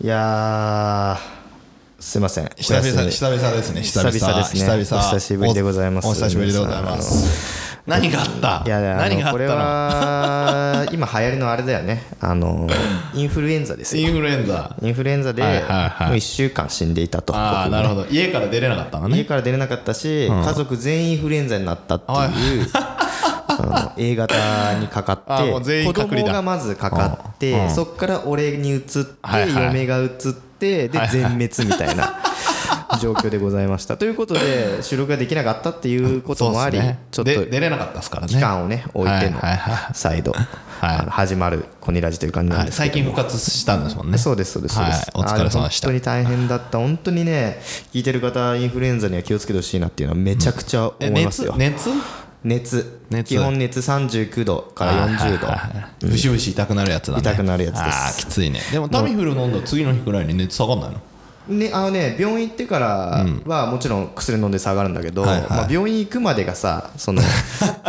いやー、すいません。久々お休み久々ですね久々ですね。久々お久しぶりでございます。おお久しぶりでござ います何があったいやいや、あの何がこれあっは、 今流行りのあれだよね。あ の、インフルエンザでたすのイよ。ンフルエンザインフルエンザで、もうはいはいはい1週間死んでいたと。ああ僕なるほど家から出れなかったの家ねから出れなかったし、家族全員インフルエンザになったっていう、あの A 型にかかっあもうて、全員子隔離だ供がまずかかって、そっから俺に移って、はいはい嫁が移って、で、全滅みたいな。 状況でございましたということで収録ができなかったっていうこともあり、そうっすねちょっでと出れなかったですから期ね間をね置いてのはいはいはい再度いあの始まる「コニラジ」という感じなんです最近復活したんですもんねそうですそうですそうはいです、お疲れ様でしたあれ本当に大変だった本当にね聞いてる方インフルエンザには気をつけてほしいなっていうのはめちゃくちゃえ思います熱よ、熱熱熱基本熱39度から40度、度節々痛くなるやつだね痛くなるやつですああきついねでもタミフル飲んだ次の日くらいに熱下がんないのねあのね病院行ってからはもちろん薬飲んで下がるんだけど、はいはいまあ、病院行くまでがさそ の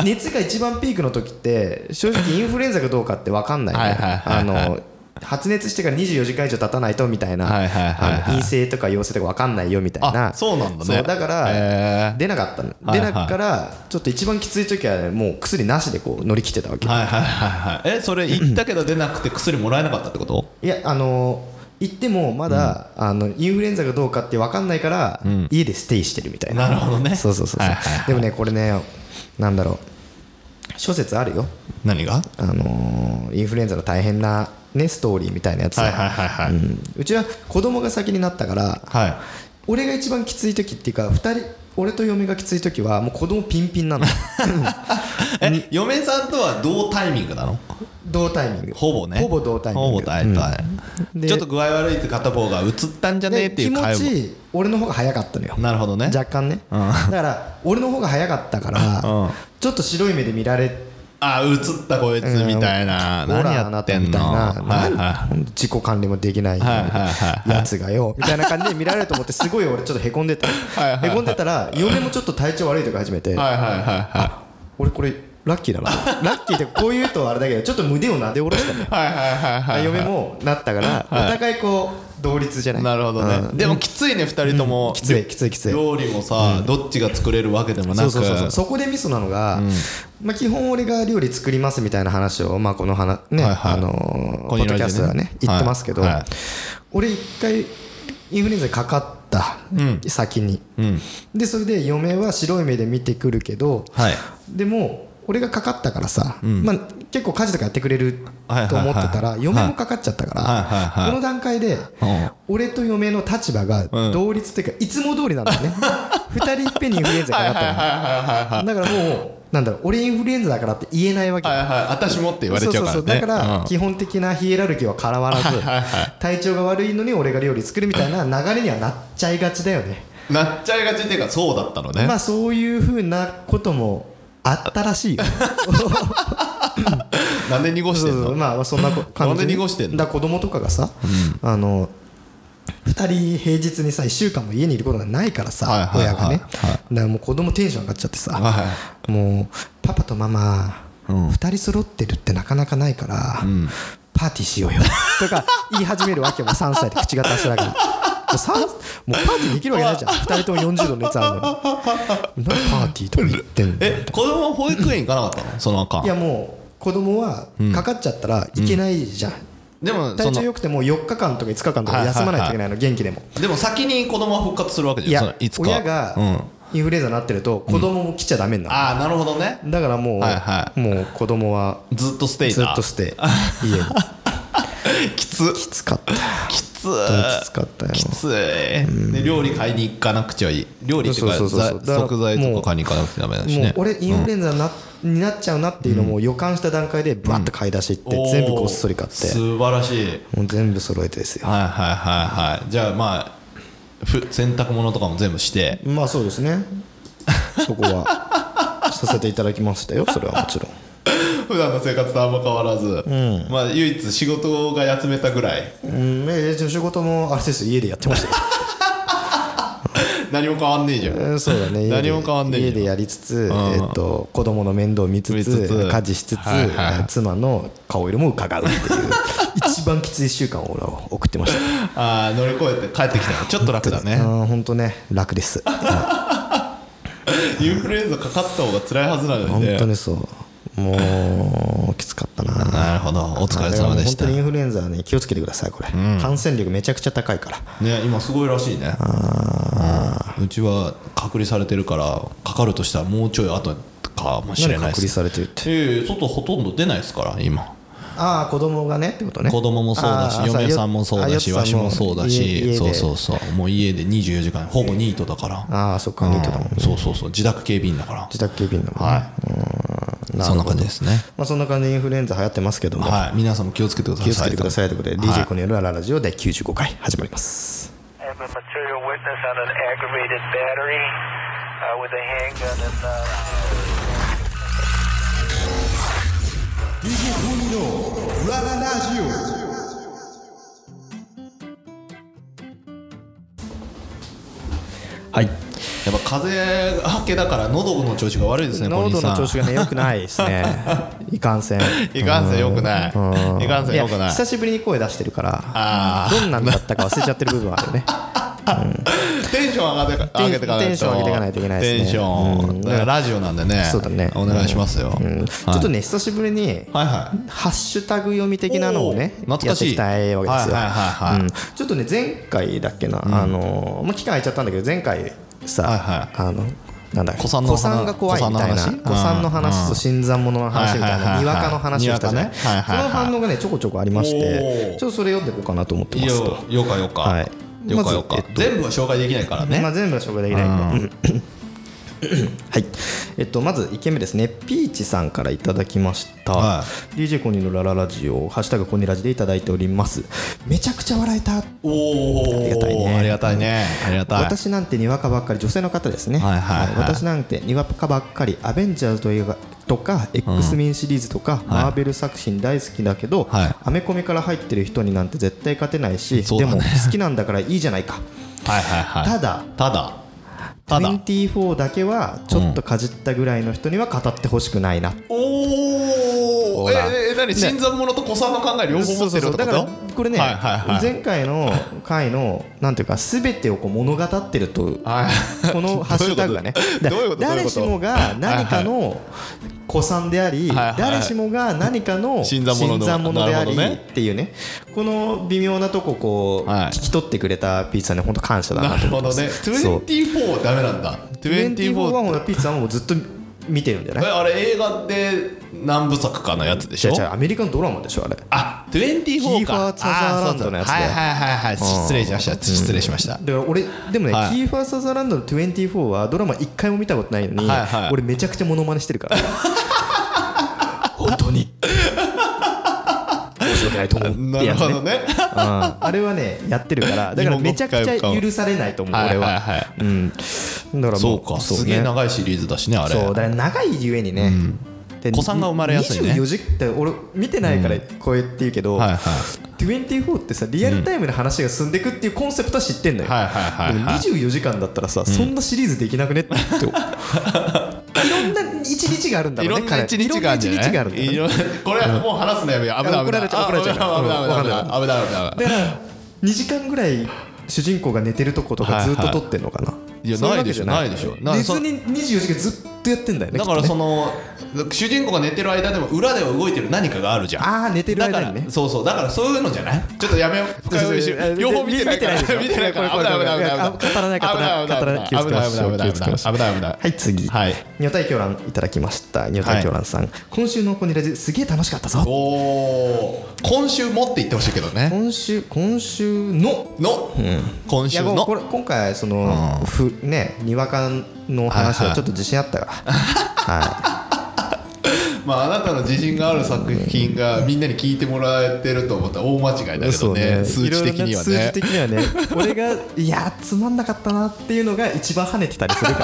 熱が一番ピークの時って正直インフルエンザかどうかって分かんない,、はいはいはいはいあの発熱してから24時間以上経たないとみたいな、はいはいはいはいあの陰性とか陽性とか分かんないよみたいなあそうなんだねそうだから、へ出なかったの、はいはい出なからちょっと一番きつい時はもう薬なしでこう乗り切ってたわけ、はいはいはいはいえそれ行ったけど出なくて薬もらえなかったってこといやあの行ってもまだ、あのインフルエンザかどうかって分かんないから、家でステイしてるみたいななるほどねそうそうそうそう、はいはいはいでもねこれねなんだろう諸説あるよ何があのーインフルエンザの大変なねストーリーみたいなやつ、はいはいはいはういんうちは子供が先になったからはい俺が一番きつい時っていうか2人俺と嫁がきつい時はもう子供ピンピン なのえ嫁さんとは同タイミングなの同タイミングほぼねほぼ同タイミングほぼ同タイミングうんでちょっと具合悪いって片方が映ったんじゃねえってでい気う持会話ち俺の方が早かったのよなるほどね若干ね、だから俺の方が早かったから、うんちょっと白い目で見られてあ映ったこいつみたいなほら何やってんのあなたみたはいいなはなん自己管理もできないはいはいはいやつがよみたいな感じで見られると思ってすごい俺ちょっとへこんでたいはいへこんでたら嫁もちょっと体調悪いとか始めていはいはいは俺これラッキーだなラッキーってこう言うとあれだけどちょっと胸をなで下ろしたねいはいはいはいはいはい嫁もなったからお互いこう同率じゃないなるほどねでもきついね二人ともきついきついきつい料理もさどっちが作れるわけでもそなくうそうそうそうそこでミソなのが、まあ、基本俺が料理作りますみたいな話を、まあ、この話ね、はいはいあのーポこッのドラキャスジオねトはね言ってますけど、はいはい俺一回インフルエンザにかかった、先に、んでそれで嫁は白い目で見てくるけど、はいでも俺がかかったからさ、まあ、結構家事とかやってくれるはいはいはいと思ってたら嫁もかかっちゃったから、はいはいはいこの段階でん俺と嫁の立場が同率というかいつも通りなんだよ ね二人いっぺんにインフルエンザにかかったのはいはいはいはいだからもう、なんだろう、俺インフルエンザだからって言えないわけ。はいはい私もって言われそうちゃそううかそらねうだからうん基本的なヒエラルキーはからわら ず体調が悪いのに俺が料理作るみたいな流れにはなっちゃいがちだよねなっちゃいがちっていうかそうだったのねまあそういうふうなこともあったら しいよなんで濁しそうてそんうのまあそんなこ感じなんで濁してんのだから子供とかがさあの2人平日にさ1週間も家にいることがないからはいさはいは親いがねはだからもう子供テンション上がっちゃってさはもうパパとママ、二ん2人揃ってるってなかなかないから、パーティーしよ うよとか言い始めるわけも3歳で口が達しながら。もうさんもうパーティーできるわけない じゃん2人とも40度熱あるのに何パーティーとか言ってんのえ子供は保育園行かなかったのそのあかんいやもう子供はかかっちゃったらいけないじゃん、でもそ体調の良くてもう4日間とか5日間とか休まないといけないの元気でもでも先に子供は復活するわけいじゃんそやのいつか親がうんインフルエンザになってると子供も来ちゃダメになああなるほどねるだからもう,、はいはもう子供はずっとステイずだっと捨て家 にきつきつかったきつきつかったよきついで料理買いに行かなくちゃいい料理っていうかそうそうそうそうだざから食材とか買いに行かなくちゃダメだしもうね俺インフルエンザにな,、になっちゃうなっていうのも予感した段階でバッと買い出し行って、おー全部ごっそり買って素晴らしいもう全部揃えてですよはいはいはいはいじゃあまあふ洗濯物とかも全部して まあそうですねそこはさせていただきましたよそれはもちろん普段の生活とあんま変わらず、まあ唯一仕事が休めたぐらい うんええ仕事もあれですよ家でやってましたよ何も変わんねえじゃんうんそうだね家で何も変わんねえじゃ家んでやりつつ、んえっと、子供の面倒を見つ見つつつ家事しつつ、はいはい妻の顔色も伺 うっていう一番きつい1週間を俺は送ってましたああ乗り越えて帰ってきたちょっと楽だねうん本当ね楽です インフルエンザかかった方が辛いはずなの本にね当にそうもうきつかったななるほどお疲れ様でしだからもう本当たにイねンフルエンザはね気をつけてくださいこれ、感染力めちゃくちゃ高いから今すごいらしいねうんうちは隔離されてるからかかるとしたらもうちょい後かもしれない何で隔離すされてるってええ外ほとんど出ないですから今ああ子供がねってことね子供もそうだしあー嫁さんもそうだしあよっわしもそうだ家家でしそうそうそうもう家で24時間ほぼニートだからああそっかうんニートだもんそうそうそう自宅警備員だから自宅警備員だもんね、はうーんなるそほんどな感じですねまあ、そんな感じでインフルエンザ流行ってますけども、はい皆さんも気をつけてください気をつけてくださいということで、はい DJ コネルララジオ第95回始まります have a material witness on an aggravated battery uh, with a handgun and. Uh Radio. はい。やっぱ風邪明けだから喉の調子が悪いですね。喉の調子が。がね良くないです ねいかんせんいかんせん良くない。いかんせん良くいやない。久しぶりに声出してるからあどんなんだったか忘れちゃってる部分はあるよ ねーテンション上げてかテン上げてかないと。テンション上げてかないといけないですねテンション。だからラジオなんでね。そうだねお願いしますよ。うんはいちょっとね久しぶりにはいはい。ハッシュタグ読み的なのをねおー懐かしいやっていきたいわけですよ、はいはいはいはいうんちょっとね前回だっけな、あのーまあ、期間空いちゃったんだけど前回さ、はいはいあのなんだ古参の話古参が怖いみたいな古参の話古参のう話んと新参者の話みたいはないはいにはわいはいかの話をしたじゃないにわそかねはいはいはのい反応がねちょこちょこありましおてーちょっとそれ読んでいこうかなと思っていいますよと、よかよか。はいよまかずよかえっ。と全部は紹介できないからまあ、ね。全部は紹介できないんでうん はい、えっと、まず1件目ですねピーチさんからいただきました、は DJ コニーのラララジオ「ハッシュタグコニラジ」でいただいておりますめちゃくちゃ笑えたおお。ありがたいねありがたいね。ありがたい。私なんてにわかばっかり女性の方ですね、はいはいはい私なんてにわかばっかりアベンジャーズと映画とか X メンシリーズとか、マーベル作品大好きだけど、はいアメコミから入ってる人になんて絶対勝てないし、そうでだねも好きなんだからいいじゃないか はいはいはい。ただただただ。 24だけはちょっとかじったぐらいの人には語ってほしくないな、おほお。えらええ何新参者と古参の考え両方持ってるってこと？だからこれね、はいはいはい。前回の回のなんていうか全てをこう物語ってるとはい このハッシュタグがねどういうことだどうい誰うことどういうことしもが何かはの子さんであり、はいはいはい誰しもが何かの新参者の新参者でありなるほどねっていうねこの微妙なとここうはい聞き取ってくれたピーチさんに本当感謝だななるとほ思いまどすね。そう24はダメなんだ。 24は24ほらピーチさんはもうずっと見てるんじゃないえあれ映画で何部作かのやつでし違うょ違うアメリカのドラマでしょあれあ24かキーファーサザーランドのやつであーそうそうはいはいはいはい失礼しました失礼しましただから俺でもね、はいキーファーサザーランドの24はドラマ一回も見たことないのに、はいはい俺めちゃくちゃモノマネしてるから 本当に申し訳 ないと思うっなてるやつほねどねうんあれはねやってる からだからめちゃくちゃ許されないと思うは俺いはいははいうんだからそもうかそうねすげえ長いシリーズだしねあれそうだから長いゆえにね、で子さんが生まれやすいね24時って俺見てないからこうやって言うけど、はいはい24ってさリアルタイムで話が進んでいくっていうコンセプトは知ってんのよ、はいはいはいはいでも24時間だったらさ、そんなシリーズできなくねってい ろんな一日があるんだいろうろねんな一日があるんじゃ彼らいろんな一日があるんなだいよねいろんなこれはもう話すのやめよう危なあい怒危らないれちゃう怒られちゃうあ危ない危ない危ない危なだい危ない危ない危ないから2時間ぐらい主人公が寝てるとことかずっと撮ってんのかな、いやそなういうわでけしじょゃないでしょなディそズニー24時間ずっとやってんだよねだからきっとそねの主人公が寝てる間でも裏では動いてる何かがあるじゃんああ寝てるだか間らにねそうそうだからそういうのじゃないちょっとやめよう深追いしよう両方見てないから見てないでしょ見てないからこ危れこれない危ない危ないこれいや語らない語らない危ない危ない危ない気危をつけましょうない危ない危ない危ない危ないはい次はい女体狂乱いただきました女体狂乱さん、今週のコニラジすげえ楽しかったぞおお今週もって言ってほしいけどね今週今週のの今い週やもうこのれ今回その、ふねにわかの話はいははいちょっと自信あったから、はまああなたの自信がある作品がみんなに聞いてもらえてると思ったら大間違いだいけどね数値的には数字ね的にはね俺 がいやつまんなかったなっていうのが一番跳ねてたりする か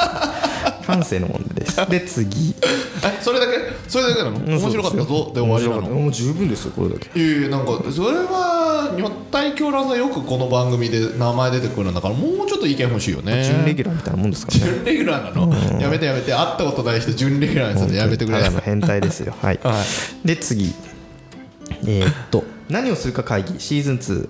ら感性の問題ですで次えそれだけそれだけなの面白かったぞで終わりなのもう十分ですよこれだけいやいやなんかそれはにわ体狂乱がよくこの番組で名前出てくるんだからもうちょっと意見欲しいよね準レギュラーみたいなもんですからね準レギュラーなのやめてやめて会ったことない人準レギュラーにす るのやめてくれただの変態ですよはい、 はで次えーっと何をするか会議シーズン2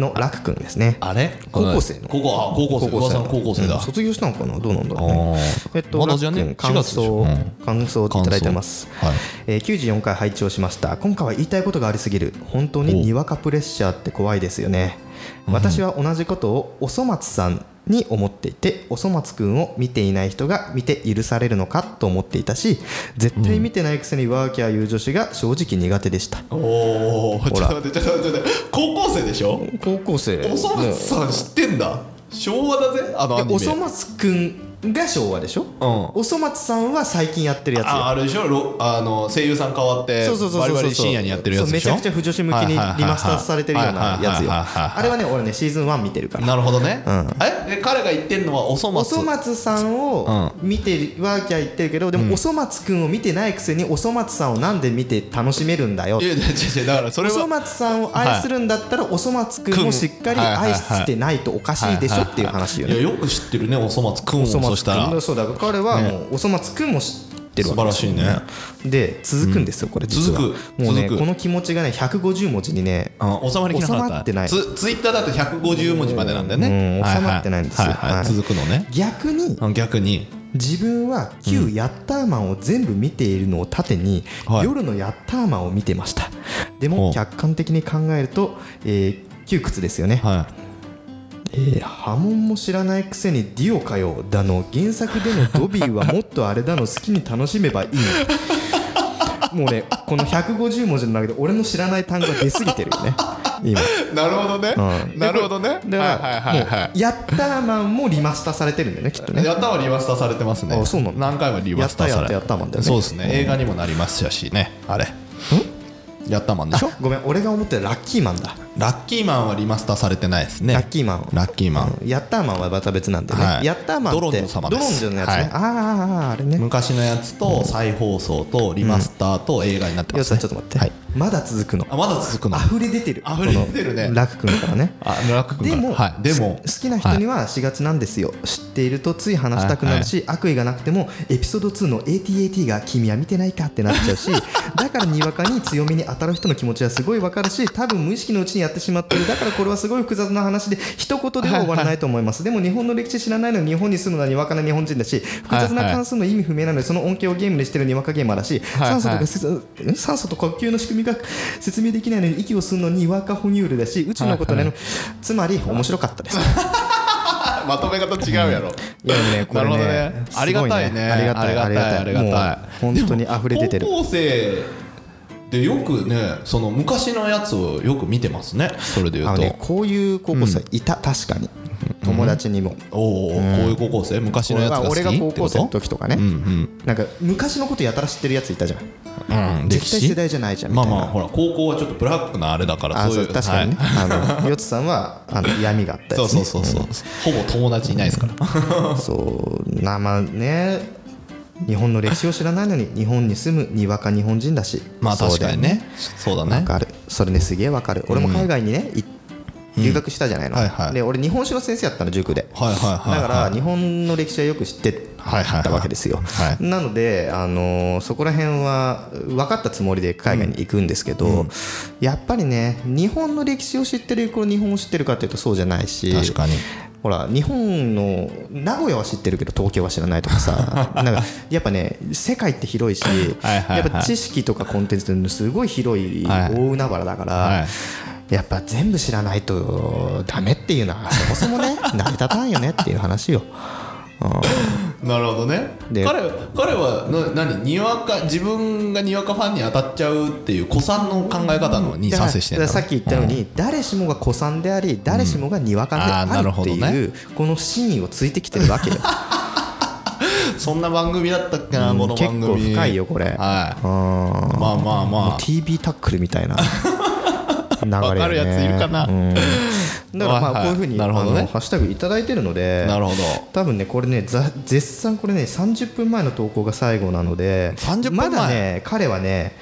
の楽くんですねあれ高校生の高校あ高校生噂の高校生だうん卒業したのかなどうなんだろうねあえーっとま楽だじゃくねん感4月でし想ょ感想をいただいてますはいえー94回拝聴しました今回は言いたいことがありすぎる本当ににわかプレッシャーって怖いですよね私は同じことをおそ松さんに思っていておそ松くんを見ていない人が見て許されるのかと思っていたし絶対見てないくせにワーキャー言う女子が正直苦手でした、おおちょっと待ってちょっと待ってちょっと待って高校生でしょ高校生おそ松さん知ってんだ昭和だぜあのアニメおそ松くんが昭和でしょ、うおそ松さんは最近やってるやつよああれでしょろあの声優さん変わってそうそうそうそうバそうリバリ深夜にやってるやつでしょそうめちゃくちゃ不女子向けにリマスターされてるようなやつよはいはいはいはいはいはいはいはいあれはね俺ねシーズン1見てるからなるほどね、んえで彼が言ってんのはおそお松そ松さんを見てワーキャー言ってるけどでもおそ松くんを見てないくせにおそ松さんをなんで見て楽しめるんだよいやいや違う違うだからそおれはそ松さんを愛するんだったらおそ松くんもしっかりはいはいはい愛してないとおかしいでしょっていう話よいねやよく知ってるねおそ松くんをおそそ松したらくんそうだ彼はもうおそ松くんも知ってるわけですよ素晴らで続くんですよこれ実は続くもうね続くこの気持ちがね150文字にねうん収まりきらなかった収まってないツツイッターだと150文字までなんだよね、うんはは収まってないんですよはいはいはい続くのね逆にうん逆に自分は旧ヤッターマンを全部見ているのを盾に、はい夜のヤッターマンを見てましたでほもう客観的に考えると、えー窮屈ですよね、はえー波紋も知らないくせにディオかよだの原作でのドビーはもっとあれだの好きに楽しめばいい のもうねこの150文字の中で俺の知らない単語が出過ぎてるよね今 いなるほどね、うんなるほどねだから、はいはいはいはもいうヤッターマンもリマスターされてるんだよねきっとねやったはリマスターされてますねあそうなんだ何回もリマスターされてやったやったやったマンだよねそうですね映画にもなりましたしねあれやったマンでしょあごめん俺が思ってるラッキーマンだラッキーマンはリマスターされてないですねラッキーマンラッキーマンうんヤッターマンはまた別なんでね、はいヤッターマンってドロンジョ様ですドロンジョのやつね、はいあああああれね昔のやつと再放送とリマスターと映画になってまよすさんねちょっと待って、はいまだ続くのあまだ続くの溢れ出てる溢れ出てるねこの楽君からねあラック君でからも,、はいでもす好きな人にはしがちなんですよ、知っているとつい話したくなるし、悪意がなくてもエピソード2の ATAT が君は見てないかってなっちゃうしだからにわかに強めに当たる人の気持ちはすごいわかるし多分無意識のうちにやってしまってるだからこれはすごい複雑な話で一言では終わらないと思いますでも日本の歴史知らないのに日本に住むのはにわかな日本人だし複雑な関数の意味不明なのでその恩恵をゲームにしてるにわかゲーマーだしいは酸い素とかせん酸素と呼吸の仕組みが説明できないのに息を吸うのにわか哺乳類だし宇宙のことなのつまり面白かったですあまとめ方違うやろ いやでもねこれねなるほどねすごいねありがたいねありがたいありがたいあありりががたいたもいう本当に溢れ出てるでも高校生でよくねその昔のやつをよく見てますねそれで言あうのとねこういう高校生いた、確かに友達にも、おーおーこういう高校生昔のやつが好き俺が高校生のってこと時とかね、なんか昔のことやたら知ってるやついたじゃんうん歴絶史対世代じゃないじゃんみまたあいな、まあほら高校はちょっとブラックなあれだからあそうそいうう確かにね、はいあの よつさんはあの闇があったやつ、そね、うそうそうそうほぼ友達いないですからそうなまあね日本の歴史を知らないのに日本に住むにわか日本人だしまあそう確だかよにねそうだわねかるそれねすげえわかる俺も海外にね、い留学したじゃないの、はいはいで俺日本史の先生やったの塾で、はいはいはいはいだから日本の歴史はよく知ってはいはいはいたわけですよ、はいなので、あのーそこら辺は分かったつもりで海外に行くんですけど、やっぱりね日本の歴史を知ってるイコール日本を知ってるかというとそうじゃないし確かにほら日本の名古屋は知ってるけど東京は知らないとか さなんかやっぱね世界って広いしはいはいはいやっぱ知識とかコンテンツってすごい広いは大い海原だから、はやっぱ全部知らないとダメっていうのはそもそもね成り立たんよねっていう話よ。なるほどねで彼彼はな何にわか自分がにわかファンに当たっちゃうっていう子さんの考え方のにだから賛成してんだだからさっき言ったように、誰しもが古参であり誰しもがにわかでうんあーあなるるっほてどいう、ねこの真意をついてきてる わけよそんな番組だったっけなこの結番組構深いよこれ、はいあーまあまもあうま TV タックルみたいな流れ、ね、わかるやついるかな うんだからまはあいはいこういうふうに、なるほどねあのハッシュタグいただいてるのであなるほど多分ねこれねざ絶賛これね30分前の投稿が最後なので30分前まだね彼はね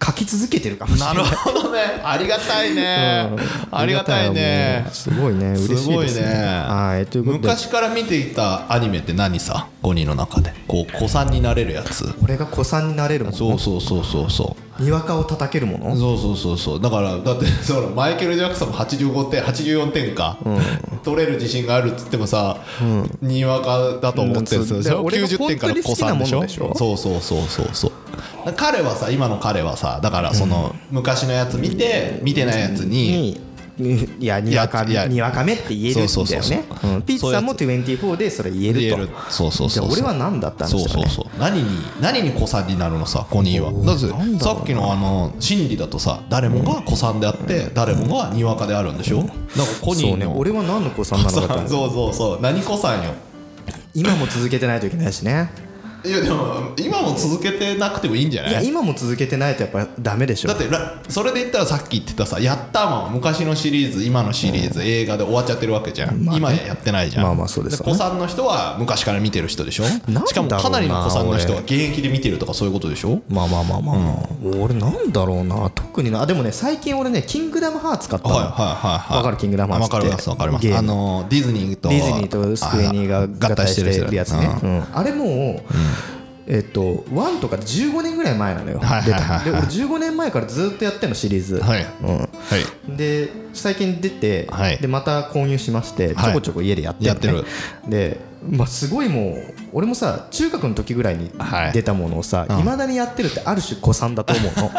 書き続けてるかもしれなないるほどねありがたいねありがたいねすごいね嬉しいですねごいねはいということで昔から見ていたアニメって何さ5人の中でこう子さんになれるやつ俺が子さんになれるものそうそうそうそうそうにわかを叩けるものそうそうそうそうだからだってそのマイケル・ジャクソンも85点84点か、取れる自信があるっつってもさ、にわかだと思ってるんでうすんよそうそれをで90点から俺が子本当にさ好きんなでしもょのでしょそうそうそうそうそう彼はさ今の彼はさだからその、昔のやつ見て見てないやつに、にいやにわかいやにわかめって言えるんそうだそうよそうねそううんピッツさんも24でそれ言えると言えるそうそうそうそじゃうあ俺は何だったんですそかうねそうそう何に何に子さんになるのさ5人はだなんだろうってなさっきのあの心理だとさ誰もが子さんであって誰もがにわかであるんでしょだからコニそーうねの俺は何の子さんなのかと思うそうそうそう何子さんよ今も続けてないといけないしねいやでも今も続けてなくてもいいんじゃないいや今も続けてないとやっぱダメでしょだってらそれで言ったらさっき言ってたさ「やったーマン」は昔のシリーズ今のシリーズ、映画で終わっちゃってるわけじゃん、まあね今やってないじゃんまあまあそうですよね子さんの人は昔から見てる人でしょだろうなしかもかなりの子さんの人は俺現役で見てるとかそういうことでしょまあまあまあまあ、俺なんだろうな特になあでもね最近俺ね「キングダムハーツ」買ったはいのはいはいはいわかるキングダムハーツってわかりますわかりまゲーすムあのディズニーとディズニーとスクエニがあ合体してるやつね、うんうんあれもう、えっと1とかで15年ぐらい前なのよ、はいはいはいはい出たで俺15年前からずっとやってんのシリーズ、はいうんはいで最近出て、はいでまた購入しましてちはいょこちょこ家でやってる、ねやってるで、まあ、すごいもう俺もさ中学の時ぐらいにはい出たものをさ、いまだにやってるってある種子さんだと思う の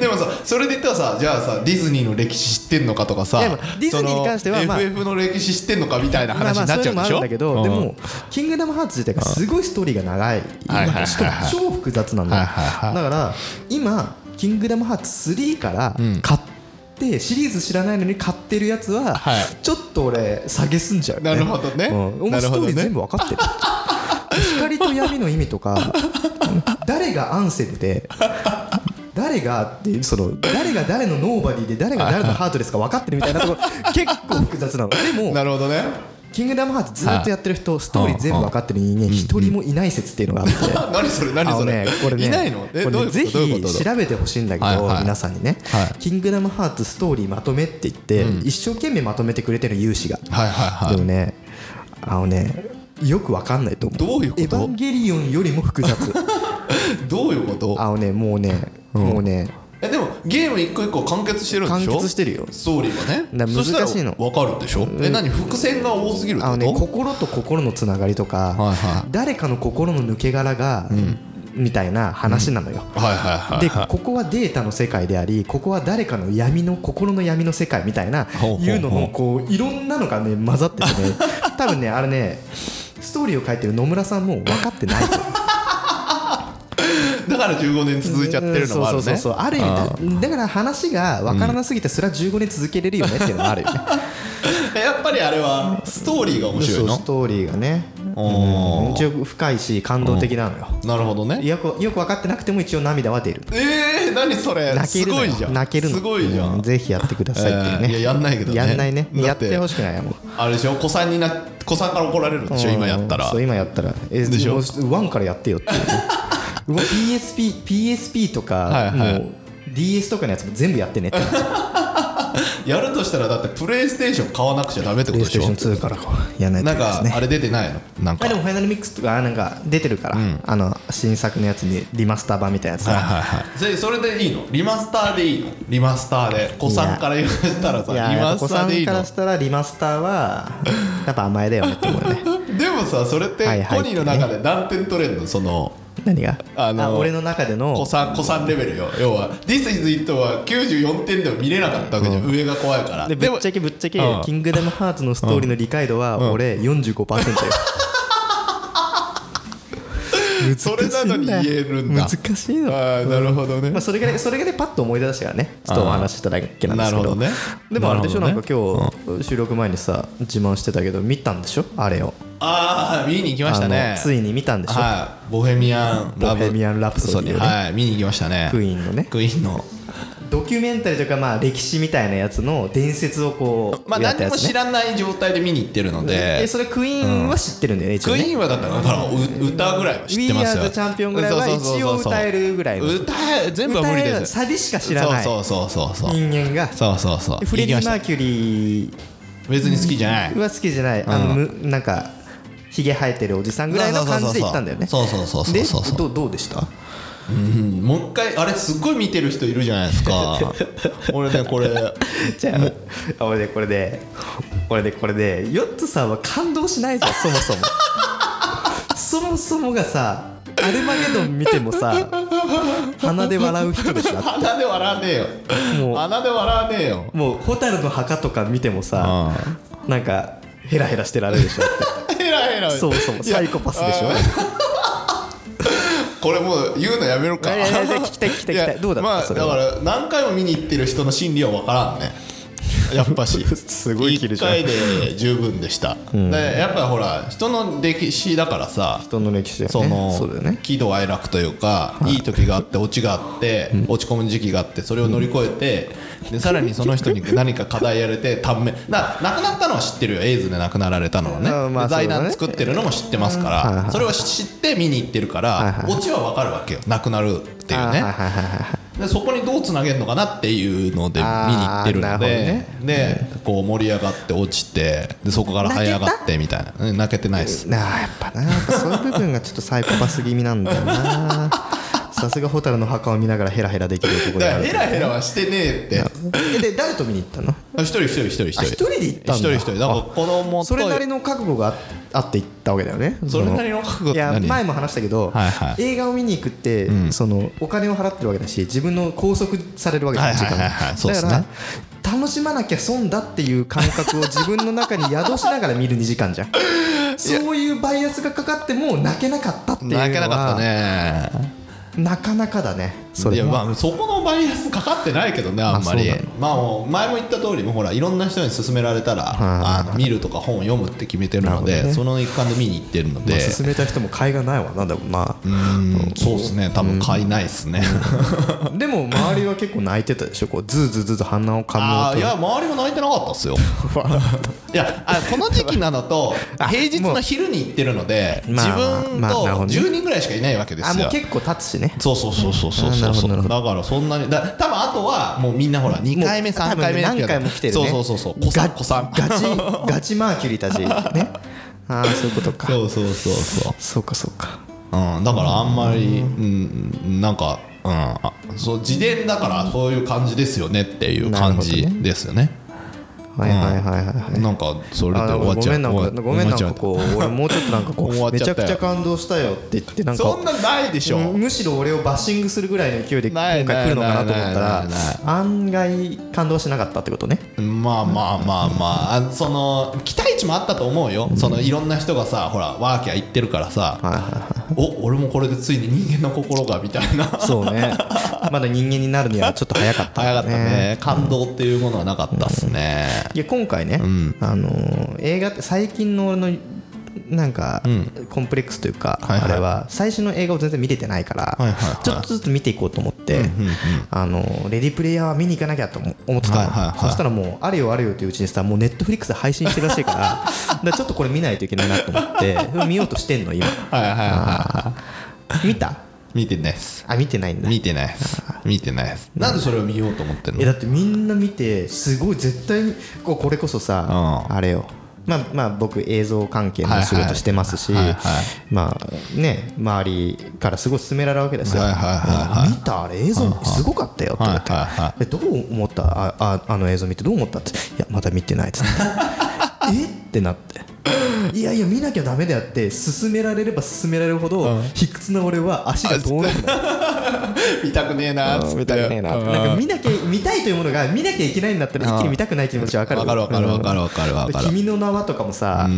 でもさそれで言ったらさじゃあさディズニーの歴史知ってんのかとかさいやまあディズニーに関してはそのまあ FF の歴史知ってんのかみたいな話になっちゃまあうでしょまあそういうのもあるんだけど、うんでも「キングダムハーツ」自体がすごいストーリーが長い、はいはいはいはいしかも超複雑なの、はいはいはいだから今「キングダムハーツ3」からん買って、シリーズ知らないのに買ってるやつは、はいちょっと俺下げすんじゃう、なるほどねうん、俺もなるスほトどーねリー全部分かってる光と闇の意味とか誰がアンセムで誰がってその誰が誰のノーバディで誰が誰のハートですか分かってるみたい なところ結構複雑なのでもなるほどねキングダムハーツずっとやってる人、ストーリー全部分かってる人間、一人もいない説っていうのがあって。あ何それあ何そのれね、これね、いないのえこれねどういうことぜどういうひこと調べてほしいんだけど、はいはい皆さんにね、はいキングダムハーツストーリーまとめって言って、一生懸命まとめてくれてる有志が、はいはいではもいね、あのね、よくわかんないと思う。どういうことエヴァンゲリオンよりも 複雑。どういうことあのね、もうね、もうね、えでもゲーム一個一個完結してるんで完しょ結してるよ。ストーリーがねだから難しいのそしたら分かるでしょえ何伏線が多すぎるってあこのねと心と心のつながりとか、はいはい誰かの心の抜け殻が、みたいな話なのよ、はいはいはいではいここはデータの世界でありここは誰かの闇の心の闇の世界みたいなほうほうほういうののこういろんなのがね混ざってて ね多分ねあれねストーリーを書いてる野村さんも分かってないと思うだから15年続いちゃってるのもあるうんそうそうそねうそうある意味だだから話が分からなすぎてそれは15年続けれるよねっていうのもあるよねえ やっぱりあれはストーリーが面白いそうのストーリーがねおー一応深いし感動的なのよなるほどねよくよく分かってなくても一応涙は出るえー、何それ泣けするのごよいじゃん泣けるのすごいじゃん、うぜひやってくださいっていうね、えーいややんないけどねやんないねだやっっててほしくないもんあれでしょ子さんにな子さんから怒られるんでしょ今やったらそう今やったらえでしょもうワンからやってよっていうね うわ PSP, PSP とか、はいはいもう DS とかのやつも全部や ってねってやるとしたらだってプレイステーション買わなくちゃダメってことでしょ PlayStation 2からやらないとけないんないかですあねれ出てないのなんかあでもファイナルミックスとかなんか出てるから、あの新作のやつにリマスター版みたいなやつはいがはいはいでそれでいいのリマスターでいいのリマスターで子さんから言ったらさいやリやマっぱ子スタさーでいんいかのらしたらリマスターはやっぱ甘えだよねって思うよね でもさそれってはいはいコニーの中で何点取れんのその何があの俺の中での子さん子さんレベルよ要は「This is it」は94点でも見れなかったわけじゃん、上が怖いからでぶっちゃけけぶっちゃけ、うんキングダムハーツのストーリーの理解度は俺45%よ、それなのに言えるんだ難しいの、まああなるほどね、あ、それがねそれがねパッと思い出したからねちょっとお話ししただけなんですけどなるほどねでもあれでしょななるんか今日収録前にさ自慢してたけど見たんでしょあれをああ見に行きましたあねのついに見たんでしょ、はいボヘミアン・ラブボヘミアンラプソディをねはい見に行きましたねクイーンのねクイーンのドキュメンタリーとかまあ歴史みたいなやつの伝説をこうまあやった何やもつ知ねらない状態で見に行ってるのえでそれクイーンは知ってるんだよね一応クイねーンはだったらだからう歌ぐらいは知ってますよ We are the champion ぐらいは一応歌えるぐらいの歌え全部は無理歌えでるすサビしか知らないそうそうそうそうそう人間がそうそうそうフレデ行ィ・きマまーしキュリーた別に好きじゃないは好きじゃないあのむなんかひげ生えてるおじさんぐらいの感じで行ったんだよねそうそうそうそうそうそうでどうどうでしたうんもう一回あれすっごい見てる人いるじゃないですか 俺ねこれじゃあ俺でこれで俺でこれでヨッツさんは感動しない じゃんそもそもそもそもがさアルマゲドン見てもさ鼻で笑う人でしょ鼻で笑わねえもよう鼻で笑わねえよもう蛍の墓とか見てもさなんかヘラヘラしてられるでし ょっヘラヘラてそもそもいやサイコパスでしょあーこれもう言うのやめろかいやいやいや聞きたい聞きたい聞きたいやどうだったまあそだれはから何回も見に行ってる人の心理は分からんねやっぱし すごい切るじゃん1回で十分でした、でやっぱほら人の歴史だからさ人の歴史だそよねのそうだよね喜怒哀楽というか、い、い時があって落ちがあって、落ち込む時期があってそれを乗り越えて、でさらにその人に何か課題やれて短命な亡くなったのは知ってるよエイズで亡くなられたのはね,、うんまあで財そうだ団ね作ってるのも知ってますから、うんはいはいそれは知って見に行ってるから、はいはい落ちは分かるわけよ亡くなるっていうあーはね、いはいはいはいでそこにどうつなげるのかなっていうので見に行ってるあーなるほのどで、ねでこう盛り上がって落ちてでそこから這い上がってみたいなうん泣けてないですなあやっぱなやっぱそういう部分がちょっとサイコパス気味なんだよ なさすが蛍の墓を見ながらヘラヘラできるところがだかあらるヘラヘラはしてねえってえで誰と見に行ったのあ一人一人一人一人あ一人で行ったんだ一人一人だから子供とそれなりの覚悟がああって行ったわけだよねそれなりの覚悟っいてや何前も話したけど、はいはい映画を見に行くって、そのお金を払ってるわけだし自分の拘束されるわけだはいよ時はい間はいがはいそうですねだから楽しまなきゃ損だっていう感覚を自分の中に宿しながら見る2時間 じゃんそういうバイアスがかかっても泣けなかったっていうのは泣けなかったねなかなかだねそいれやはまあそこのバイアスかかってないけどねあんまりあそうなまあもう前も言った通りもうほらいろんな人に勧められたらあの見るとか本を読むって決めてるのなるほどでねその一環で見に行ってるのでまあ勧めた人も甲斐がないわなんだろうな、うんそうですね多分買いないですね でも周りは結構泣いてたでしょこうズーズーズーズー鼻をかむあ音ーいや周りも泣いてなかったっす よいやあこの時期なのとあ平日の昼に行ってるのでもう自まあまあ分まあなるほとどね10人ぐらいしかいないわけですよあもう結構経つしねそうそうそうそうそうそうあーなるほどなるほだからそんなにだ多分あとはもうみんなほら2回目もう3回目多分ね何回も来てるねそうそうそうそう子さん子さんガチガチマーキュリーたちねああそういうことかそうそうそうそう、そうかそうかうん、だからあんまりうん、なんかうんあそう自伝だからそういう感じですよねっていう感なじるほどねですよねはいはいはいはいはいなんかそれであなん終わかっごちゃめうんなんか終わごめんなんか終わっちゃうこう俺もうちょっとなんかこ終わっうちゃめったちゃよくちゃ感動したよって言ってなんそかんなないでしょ、むむしろ俺をバッシングするぐらいの勢いで今ない回来るのかなと思ったならいないない案外感動しなかったってことねまあまあまあまああその期待値もあったと思うよそのいろんな人がさほらワーキャー言ってるからはいさはいはいお俺もこれでついに人間の心がみたいなそうね。まだ人間になるにはちょっと 早かった、早かったね感動っていうものはなかったっすねいや今回ね、あのー映画って最近の俺のなんか、コンプレックスというか、はいはいあれは最新の映画を全然見れてないから、はいはいはいちょっとずつ見ていこうと思って、あのーレディープレイヤーは見に行かなきゃと思思ってたの、はいはいはいそしたらもうあれよあれよといううちにさもうネットフリックスで配信してるらしいから だからちょっとこれ見ないといけないなと思ってそれ見ようとしてんの今はいはいは見たい見てないっすあ見てないんだ見てないっす見てないっすなんでそれを見ようと思ってんえのだってみんな見てすごい絶対にこうこれこそさ、うんあれよまあまあ僕映像関係の仕はいは事いしてますし、はいはいまあね周りからすごい勧められるわけですよ、はいはいはいはい見たあれ映像すごかったよって言って、はいはいはえどう思ったあああの映像見てどう思ったっていやまだ見てないっつって えってなっていやいや見なきゃダメだよって勧められれば勧められるほど、卑屈な俺は足が遠のくなる見たくねえなーっつって見たくねえなってなんか見なきゃ見たいというものが見なきゃいけないんだったら一気に見たくない気持ちわかるわかるわかるわかるわかるわかる君の名はとかもさ、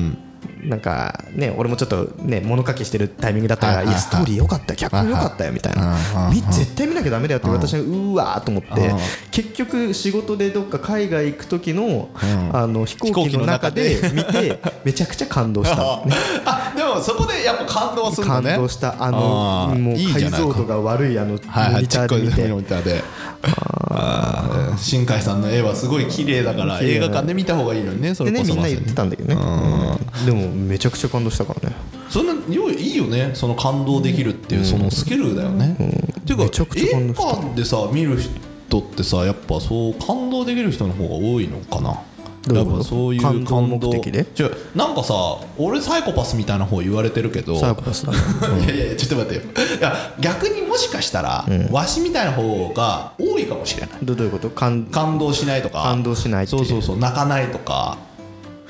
なんかね俺もちょっとね物書きしてるタイミングだったかはらいいはいやはいストーリー良かったよ脚本良かったよみたいなはいはいみ絶対見なきゃダメだよって私はうわーと思っうてん結局仕事でどっか海外行く時のんあの飛行機の中で飛行見てめちゃくちゃ感動したのね あでもそこでやっぱ感動するんだ感ね動したあのーもういいじゃ解ないか像度が悪いあのモニはいはいちタっーこでい見てモニターであー新海さんの絵はすごい綺麗だから綺麗映だね画館で見た方がいいのにねそでれねこみそんまなさに言ってたんだけどねうんでもめちゃくちゃ感動したからねそんなよいいよねその感動できるっていうそのスキルだよね、っていうかめちゃくちゃ感動した映画館でさ見る人ってさやっぱそう感動できる人の方が多いのかなどういやうことっぱそういう感動感動目的で違うなんかさ俺サイコパスみたいな方言われてるけどサイコパスだねいやいやちょっと待ってよいや逆にもしかしたら、わしみたいな方が多いかもしれないどどういうこと感感動しないとか 感動しないっていそううそうそう泣かないとか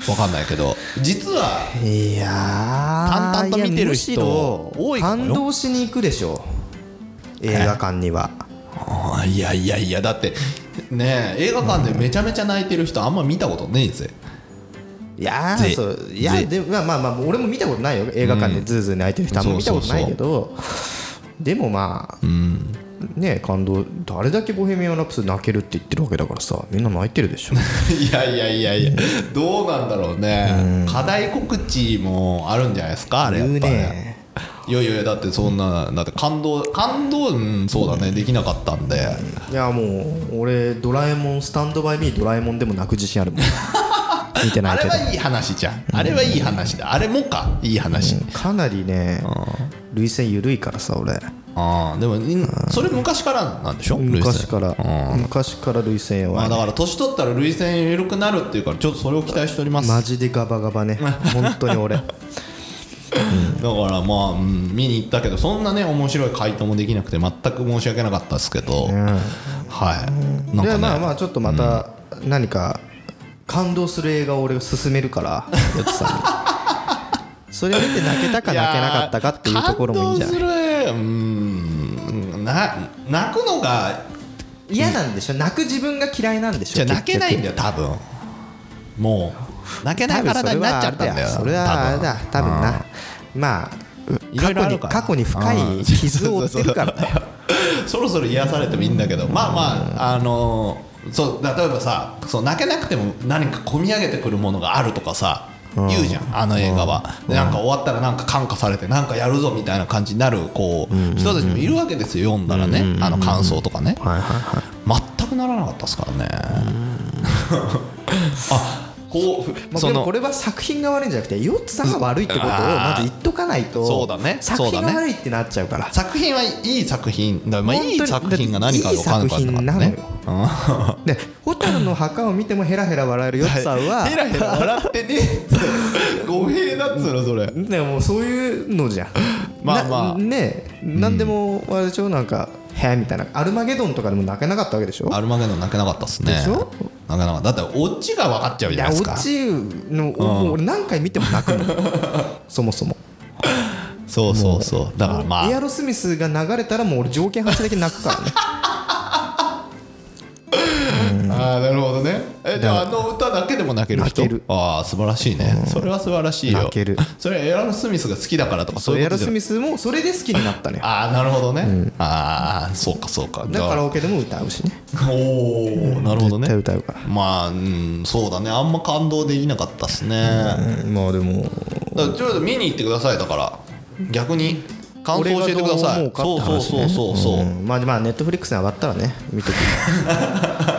わかんないけど実はいやー淡々と見てる人いやむしろ多いかもよ感動しに行くでしょ映画館にはあーいやいやいやだってねえ映画館でめちゃめちゃ泣いてる人あんま見たことねえぜ いやぜーそういやぜでもまあまあまあ俺も見たことないよ映画館でズーズー泣いてる人あんま見たことないけどでもまあうんね感動あれだけ「ボヘミアン・ラプス」泣けるって言ってるわけだからさみんな泣いてるでしょい やいやいやいやどうなんだろうね課題告知もあるんじゃないですかあれやっぱ言うねねいやいやいやだってそんなだって感動感動うんそうだねできなかったんでいやもう俺「ドラえもんスタンドバイミードラえもん」でも泣く自信 あるもん見てなあいれけどはいい話じゃんあれはいい話だあれもかいい話かなりね涙腺緩いからさ俺ああでもんそれ昔からなんでしょ昔かルイスら昔から涙腺弱まあいだから年取ったら涙腺緩くなるっていうからちょっとそれを期待しておりますマジでガバガバね本当に 俺だからまあ、うん見に行ったけどそんなね面白い回答もできなくて全く申し訳なかったですけど、はいなんでかねまあまあちょっとまた何か感動する映画を俺が勧めるからヨッツさん にそれを見て泣けたか泣けなかったかっていうところもいいんじゃないやー感動するうんな泣くのが嫌なんでしょ泣く自分が嫌いなんでしょじゃあ泣けないんだよよ多分もう泣けない体になっちゃったんだよそれはあれだ多分なまあいろ過いろあ去るにから過去に深い 傷を負ってるからね そろそろ癒されてもいいんだけどまあまああのーそう例えばさそう泣けなくても何か込み上げてくるものがあるとかさ言うじゃんあの映画は、でなんか終わったらなんか感化されてなんかやるぞみたいな感じになるこう、人たちもいるわけですよ読んだらね、あの感想とかね、全くならなかったですからね、 あこうまあ、そでものこれは作品が悪いんじゃなくてヨッツさんが悪いってことをまず言っとかないとそうだね作そ品うだがね悪いってなっちゃうから作品はいい作品だ、まあ、い本い当に作品が何か分かんなかったからいいね作品で蛍の墓を見てもヘラヘラ笑えるヨッツさんはヘラヘラ笑ってねえ って語弊だっつうのそれねもうそういうのじゃんまあまあなね何でもあれでしょなんか「へ」みたいなアルマゲドンとかでも泣けなかったわけでしょアルマゲドン泣けなかったっすねでしょ泣けなかっただってオチが分かっちゃうじいゃなやいでオすかチのもう俺何回見ても泣くもん そもそもそうそうそうだからまエアあロスミスが流れたらもう俺条件反射だけ泣くからねああなるほどねえじゃああの歌だけでも泣ける人泣けるああ素晴らしいねそれは素晴らしいよ泣けるそれはエアロスミスが好きだからとか そういエうアこロとじスゃミスもそれで好きになったのよああなるほどねああそうかそうかだからカラオケでも歌うしねおおなるほどね絶対歌うからまあ、うん、そうだねあんま感動できなかったっすねまあでもだからちょっと見に行ってくださいだから逆に感想教えてくださいそうそうそうそうそう、まあまあネットフリックスに上がったらね見 とくうん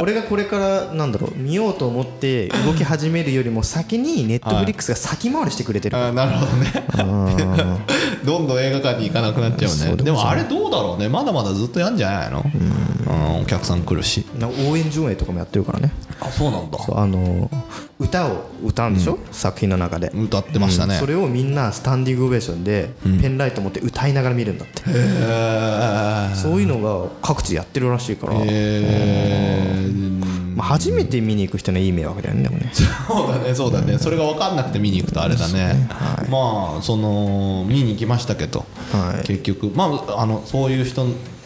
俺がこれからなんだろう見ようと思って動き始めるよりも先にネットフリックスが先回りしてくれてるあーなるほどね どんどん映画館に行かなくなっちゃうねでもあれどうだろうねまだまだずっとやんじゃないのうん、お客さん来るしな応援上映とかもやってるからねあそうなんだそうあの歌を歌うんでしょ、作品の中で、歌ってましたね、それをみんなスタンディングオベーションでペンライト持って歌いながら見るんだって、へーそういうのが各地やってるらしいから、えーまあ、初めて見に行く人にはいい迷惑だよねでもねそうだねそうだねそれが分かんなくて見に行くとあれだねまあその見に行きましたけど、はい結局まああのそういう人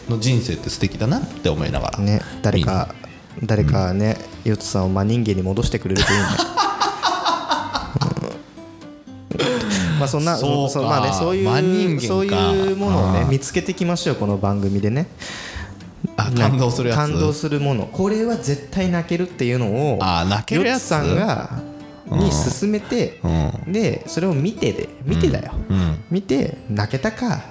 の人生って素敵だなって思いながらね誰か誰か ね、ヨッツさんを真人間に戻してくれるといいねまあそんなそうかそまあねそういう真人間かそういうものをねあー見つけてきましょうこの番組でねあ感動するやつ感動するものこれは絶対泣けるっていうのをあー泣けるやつヨッツさんがに勧めて、でそれを見てで見てだよ、うん見て泣けたか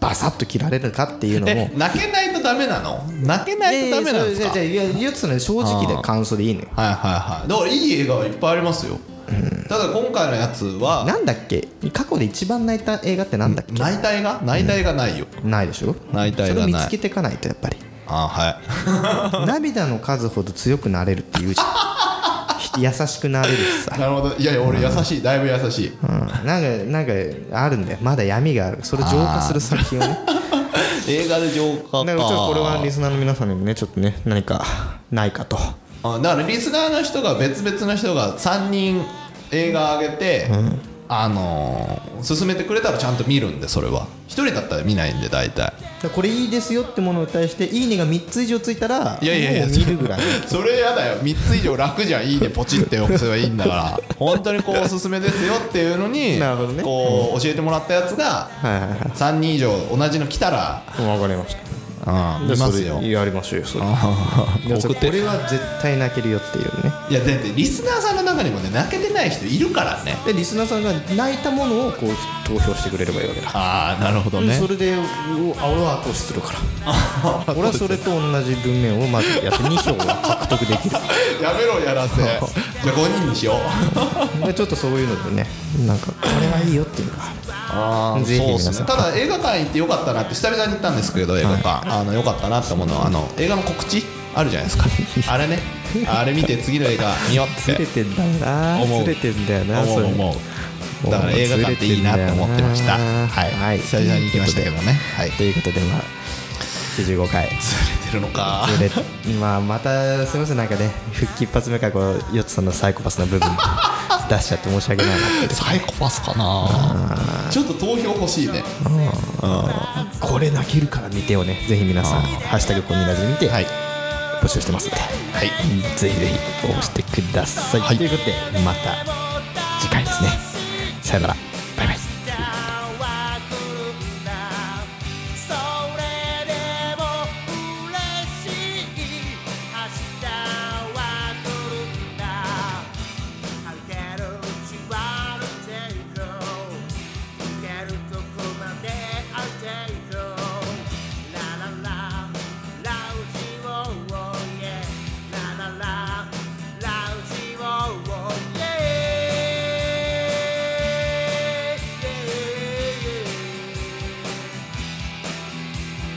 バサッと切られるかっていうのえも泣けないとダメなの泣けないとダメなんですかいやいやそれじゃあじゃあヨッツさんの正直で感想でいいのよはいはいはいだからいい映画はいっぱいありますよ、ただ今回のやつはなんだっけ過去で一番泣いた映画ってなんだっけ、泣いた映画泣いた映画ないよ、ないでしょ泣いた映画なそれい見つけていかないとやっぱりあはい 涙の数ほど強くなれるっていうじゃん優しくなれるしさ、なるほどいやいや俺優しいだいぶ優しいうん、なんかなんかあるんだよまだ闇があるそれ浄化する作品をね映画で浄化かだからちょっとこれはリスナーの皆さんにもねちょっとね何かないかとあだからリスナーの人が別々の人が3人映画あげて、あのー、勧めてくれたらちゃんと見るんでそれは1人だったら見ないんで大体でこれいいですよってものに対して「いいね」が3つ以上ついたらいやいやいやもう見るぐらい それやだよ3つ以上楽じゃんいいねポチって押せばいいん だから本当にこうおすすめですよっていうのになるほどねこう教えてもらったやつがはいはいはい3人以上同じの来たら、分かりましたうん、見ますよそれやりましょうよそれでもそれ送ってこれは絶対泣けるよっていうねいやだってリスナーさんの中にもね泣けてない人いるからねでリスナーさんが泣いたものをこう投票してくれればいいわけだ、ああなるほどねそれでうあ俺は後押しするから俺はそれと同じ文面をまずやって2票は獲得できる やめろやらせじゃあ5人にしようでちょっとそういうのでねなんかこれはいいよっていうのがあーぜひ皆さんただ映画館行ってよかったなって久々に行ったんですけど映画館、あのよかったなって思うのはあの映画の告知あるじゃないですか あれねあれ見て次の映画見ようずっれててんだよな思うずれてんだよな思そうれ思うだから映画館っていいなって思ってましたずれてんだよなはい、はい久々に行きましたけどねはいということでまあ95回 ずれてるのかずれまあまたすみませんなんかね復帰一発目からこうヨッツさんのサイコパスな部分 出しちゃって申し訳ないなってサイコパスかなちょっと投票欲しいねこれ泣けるから見てをねぜひ皆さん「ハッシュタグコミラジ」見て、はい募集してますので、はいぜひぜひ応募してください、はいということでまた次回ですねさよならバイバイ「それでも嬉しい」「明日は来るんだ」「歩けるうちは歩いていこう」「行けるとこまで歩いていこう」「ララララウジをおいえ」「ララララウジをおいえ」「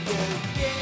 Yeah, yeah, yeah.